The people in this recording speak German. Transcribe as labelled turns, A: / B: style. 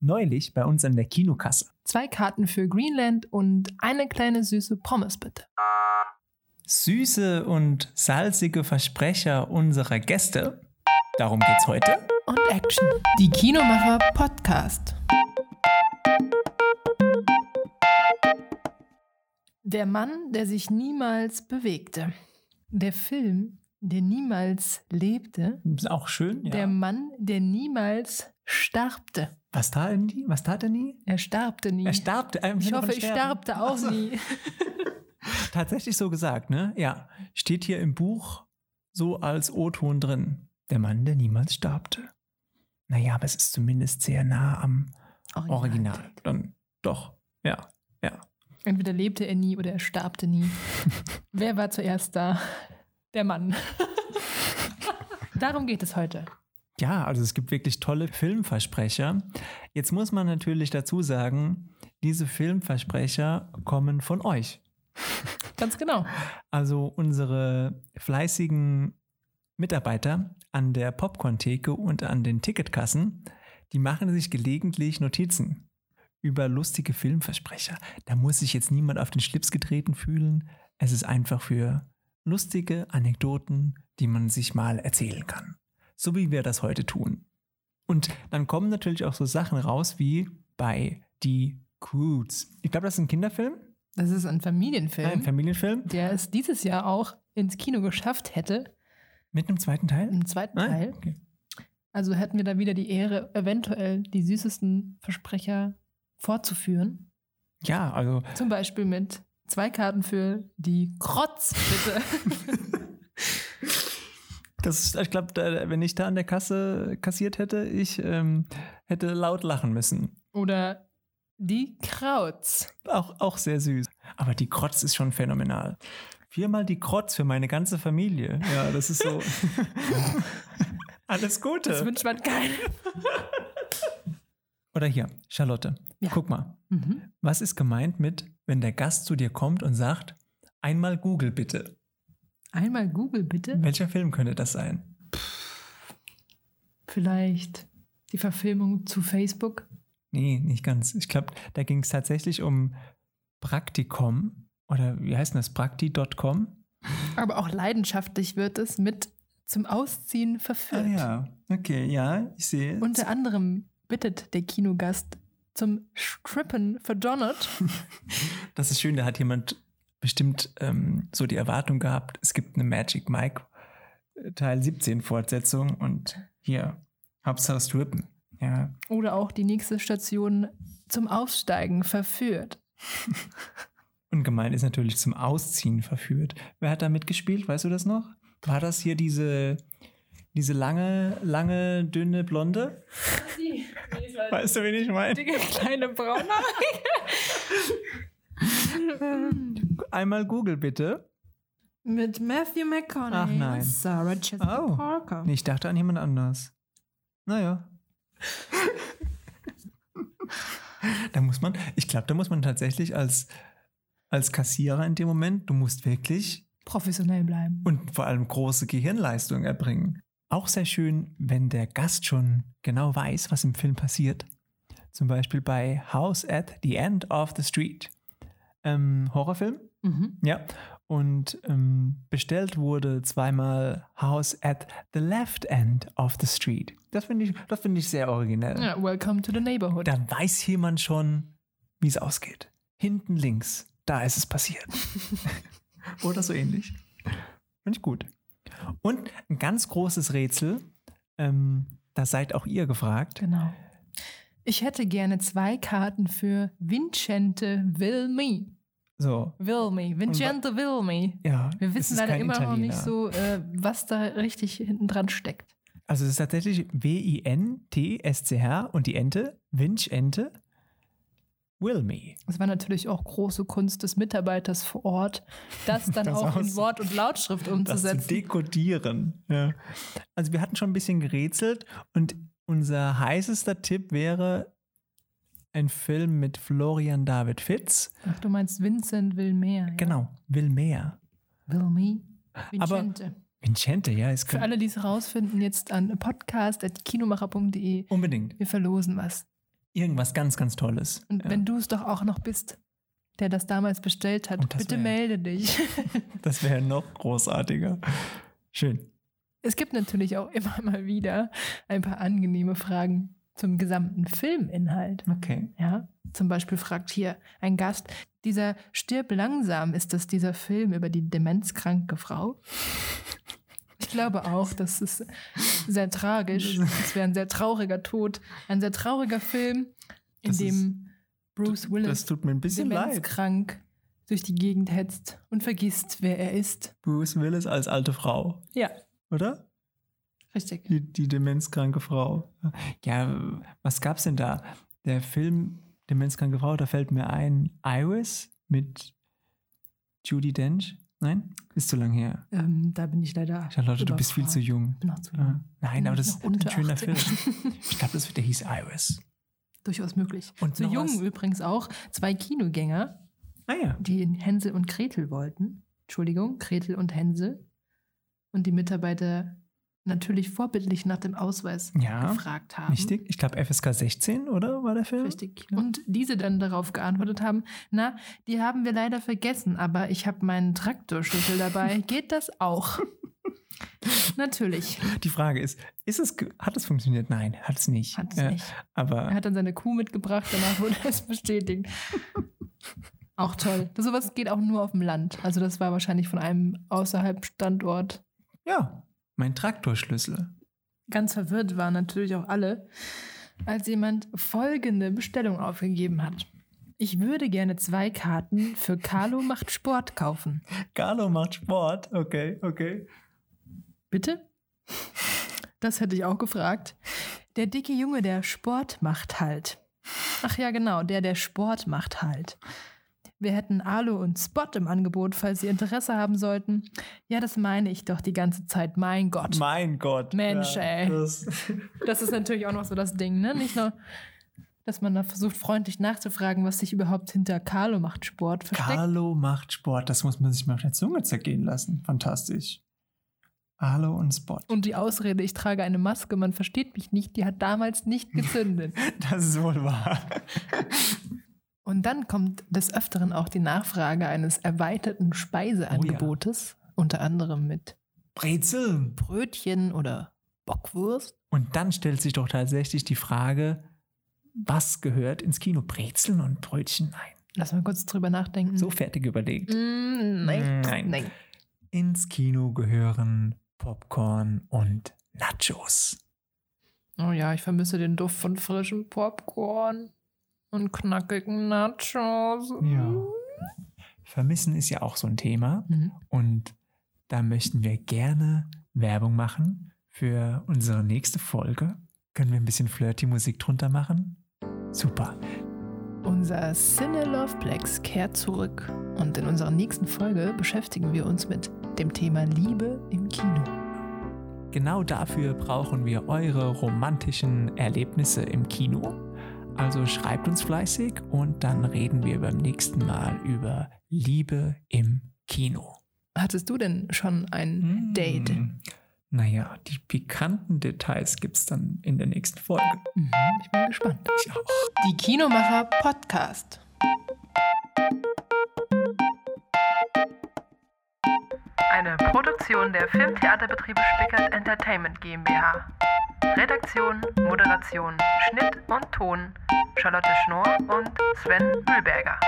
A: Neulich bei uns an der Kinokasse.
B: Zwei Karten für Greenland und eine kleine süße Pommes bitte.
A: Süße und salzige Versprecher unserer Gäste. Darum geht's heute.
B: Und Action. Die Kinomacher Podcast. Der Mann, der sich niemals bewegte. Der Film, der niemals lebte.
A: Ist auch schön, ja.
B: Der Mann, der niemals starbte.
A: was tat er nie? Was tat er nie?
B: Er starbte nie.
A: Er starb. äh, im
B: ich
A: Sinne
B: hoffe,
A: von
B: ich
A: sterben.
B: starbte auch
A: Ach so.
B: nie.
A: Tatsächlich so gesagt, ne? Ja. Steht hier im Buch so als O-Ton drin. Der Mann, der niemals starbte. Naja, aber es ist zumindest sehr nah am
B: Oh
A: Original. Dann doch. Ja.
B: Entweder lebte er nie oder er starbte nie. Wer war zuerst da? Der Mann. Darum geht es heute.
A: Ja, also es gibt wirklich tolle Filmversprecher. Jetzt muss man natürlich dazu sagen, diese Filmversprecher kommen von euch.
B: Ganz genau.
A: Also unsere fleißigen Mitarbeiter an der Popcorn-Theke und an den Ticketkassen, die machen sich gelegentlich Notizen über lustige Filmversprecher. Da muss sich jetzt niemand auf den Schlips getreten fühlen. Es ist einfach für lustige Anekdoten, die man sich mal erzählen kann. So wie wir das heute tun. Und dann kommen natürlich auch so Sachen raus wie bei Die Croods. Ich glaube, das ist ein Kinderfilm,
B: Das ist ein Familienfilm,
A: ein Familienfilm
B: der es dieses Jahr auch ins Kino geschafft hätte,
A: mit einem zweiten Teil.
B: im zweiten
A: Nein?
B: Teil.
A: Okay.
B: Also hätten wir da wieder die Ehre, eventuell die süßesten Versprecher fortzuführen.
A: Ja, also
B: Zum Beispiel mit zwei Karten für die Krotz, bitte.
A: das ist, ich glaube, wenn ich da an der Kasse kassiert hätte, ich ähm, hätte laut lachen müssen.
B: oder die Krautz.
A: Auch, auch sehr süß. Aber die Krotz ist schon phänomenal. Viermal die Krotz für meine ganze Familie. Ja, das ist so. Alles
B: Das
A: Gute.
B: wünscht man keinem.
A: Oder hier, Charlotte.
B: Ja.
A: Guck mal,
B: Mhm.
A: was ist gemeint mit, wenn der Gast zu dir kommt und sagt, einmal Google bitte?
B: Einmal Google, bitte.
A: Welcher Film könnte das sein?
B: Vielleicht die Verfilmung zu Facebook.
A: Nee, nicht ganz. Ich glaube, da ging es tatsächlich um Praktikum oder wie heißt denn das? Prakti.com?
B: Aber auch leidenschaftlich wird es mit zum Ausziehen verführt.
A: Ah ja, okay, ja, ich sehe. es.
B: Unter anderem bittet der Kinogast zum Strippen verdonnert.
A: das ist schön, da hat jemand bestimmt ähm, so die Erwartung gehabt, es gibt eine Magic Mike äh, Teil 17 Fortsetzung und hier, Hauptsache Strippen. Ja,
B: Oder auch die nächste Station zum Aussteigen verführt.
A: ungemein ist natürlich zum Ausziehen verführt. Wer hat da mitgespielt, weißt du das noch? War das hier diese, diese lange, lange, dünne Blonde? Weißt du, wen ich meine?
B: Dicke kleine Braune.
A: Einmal Google bitte.
B: mit Matthew
A: Ach
B: McConaughey
A: nein.
B: und Sarah Jessica
A: Oh.
B: Parker.
A: Nee, ich dachte an jemand anders. Naja. da muss man, ich glaube, da muss man tatsächlich als, als Kassierer in dem Moment, du musst wirklich
B: Professionell bleiben.
A: und vor allem große Gehirnleistung erbringen. Auch sehr schön, wenn der Gast schon genau weiß, was im Film passiert. Zum Beispiel bei House at the End of the Street. Ähm, Horrorfilm?
B: Mhm.
A: Ja, und ähm, bestellt wurde zweimal House at the Left End of the Street. Das finde ich, das finde ich sehr originell.
B: Ja, welcome to the neighborhood.
A: Dann weiß jemand schon, wie es ausgeht. Hinten links, da ist es passiert. Oder so ähnlich. Finde ich gut. Und ein ganz großes Rätsel, ähm, da seid auch ihr gefragt.
B: Genau. Ich hätte gerne zwei Karten für Vincente Vilmi.
A: So,
B: Vilmi. Vincente Vilmi.
A: ja.
B: Wir
A: es
B: wissen
A: ist
B: leider
A: kein
B: immer noch
A: Italiener.
B: nicht so, äh, was da richtig hinten dran steckt.
A: Also es ist tatsächlich W-I-N-T-S-C-H und die Ente, Winch-Ente, Wilmy.
B: Es war natürlich auch große Kunst des Mitarbeiters vor Ort, das dann
A: Das
B: auch in
A: aus-
B: Wort und Lautschrift
A: Das zu
B: umzusetzen.
A: dekodieren. Ja. Also wir hatten schon ein bisschen gerätselt und unser heißester Tipp wäre ein Film mit Florian David Fitz.
B: Ach, du meinst Vincent will mehr. Ja?
A: Genau, will mehr.
B: Vilmi.
A: Aber-
B: Vincente.
A: Vincente, ja, es
B: Für
A: könnte
B: alle, die es rausfinden, jetzt an podcast.kinomacher.de.
A: unbedingt.
B: Wir verlosen was.
A: irgendwas ganz, ganz Tolles.
B: Und
A: ja.
B: wenn du es doch auch noch bist, der das damals bestellt hat,
A: Oh, das
B: bitte
A: wär-
B: melde dich.
A: das wäre noch großartiger. Schön.
B: es gibt natürlich auch immer mal wieder ein paar angenehme Fragen zum gesamten Filminhalt.
A: Okay.
B: Ja, zum Beispiel fragt hier ein Gast, dieser Stirb langsam, ist das dieser Film über die demenzkranke Frau? Ich glaube auch, das ist sehr tragisch. Es wäre ein sehr trauriger Tod, ein sehr trauriger Film, in
A: Das
B: dem Bruce
A: Das
B: Willis
A: tut mir ein bisschen leid.
B: demenzkrank durch die Gegend hetzt und vergisst, wer er ist.
A: Bruce Willis als alte Frau,
B: Ja,
A: oder?
B: richtig.
A: Die, die demenzkranke Frau. Ja, was gab's denn da? Der Film Demenzkranke Frau, da fällt mir ein Iris mit Judy Dench. Nein? Ist zu lang her.
B: Ähm, da bin ich leider.
A: Charlotte, du bist viel zu
B: überfragt.
A: jung.
B: Bin noch zu jung.
A: Ah, Nein, aber das
B: Noch
A: ist ein schöner
B: 80.
A: Film. Ich glaube, das der hieß Iris.
B: Durchaus möglich.
A: Und
B: Zu
A: noch
B: jung
A: was-
B: übrigens auch. Zwei Kinogänger,
A: Ah ja.
B: die in Hänsel und Gretel wollten. Entschuldigung, Gretel und Hänsel. Und die Mitarbeiter natürlich vorbildlich nach dem Ausweis
A: Ja,
B: gefragt haben.
A: richtig. Ich glaube, FSK 16, oder war der Film?
B: Richtig.
A: Ja.
B: Und diese dann darauf geantwortet haben, na, die haben wir leider vergessen, aber ich habe meinen Traktorschlüssel dabei. Geht das auch? Natürlich.
A: Die Frage ist, ist es, ge- hat es funktioniert? Nein, hat es nicht.
B: Hat es
A: Ja,
B: nicht. Er
A: Aber
B: hat dann seine Kuh mitgebracht, danach wurde es bestätigt. Auch toll. Das, sowas geht auch nur auf dem Land. Also das war wahrscheinlich von einem außerhalb Standort.
A: ja, mein Traktorschlüssel.
B: Ganz verwirrt waren natürlich auch alle, als jemand folgende Bestellung aufgegeben hat. Ich würde gerne zwei Karten für Carlo macht Sport kaufen.
A: Carlo macht Sport. Okay, okay.
B: Bitte? Das hätte ich auch gefragt. Der dicke Junge, der Sport macht halt. Ach ja, genau, der, der Sport macht halt. Wir hätten Alu und Spot im Angebot, falls Sie Interesse haben sollten. Ja, das meine ich doch die ganze Zeit. Mein Gott.
A: Mein Gott.
B: Mensch, ey.
A: Das,
B: Das ist natürlich auch noch so das Ding, ne? Nicht nur, dass man da versucht, freundlich nachzufragen, was sich überhaupt hinter Carlo macht Sport versteckt.
A: Carlo macht Sport. Das muss man sich mal auf der Zunge zergehen lassen. Fantastisch. Carlo und Spot.
B: Und die Ausrede, ich trage eine Maske, man versteht mich nicht, die hat damals nicht gezündet.
A: Das ist wohl wahr.
B: Und dann kommt des Öfteren auch die Nachfrage eines erweiterten Speiseangebotes, unter anderem mit
A: Brezeln.
B: Brötchen oder Bockwurst.
A: Und dann stellt sich doch tatsächlich die Frage, was gehört ins Kino? Brezeln und Brötchen? Nein.
B: Lass mal kurz drüber nachdenken.
A: So fertig überlegt.
B: Mm, nein,
A: Nein.
B: nein.
A: Ins Kino gehören Popcorn und Nachos.
B: Oh ja, ich vermisse den Duft von frischem Popcorn und knackigen Nachos.
A: Ja. Vermissen ist ja auch so ein Thema.
B: Mhm.
A: Und da möchten wir gerne Werbung machen für unsere nächste Folge. Können wir ein bisschen flirty Musik drunter machen? Super.
B: Unser Cineloveplex kehrt zurück und in unserer nächsten Folge beschäftigen wir uns mit dem Thema Liebe im Kino.
A: Genau dafür brauchen wir eure romantischen Erlebnisse im Kino. Also schreibt uns fleißig und dann reden wir beim nächsten Mal über Liebe im Kino.
B: Hattest du denn schon ein Date?
A: Mm. Naja, die pikanten Details gibt es dann in der nächsten Folge.
B: Mhm, ich bin gespannt.
A: Ich auch.
B: Die Kinomacher Podcast.
C: Eine Produktion der Filmtheaterbetriebe Spickert Entertainment GmbH. Redaktion, Moderation, Schnitt und Ton Charlotte Schnorr und Sven Mühlberger.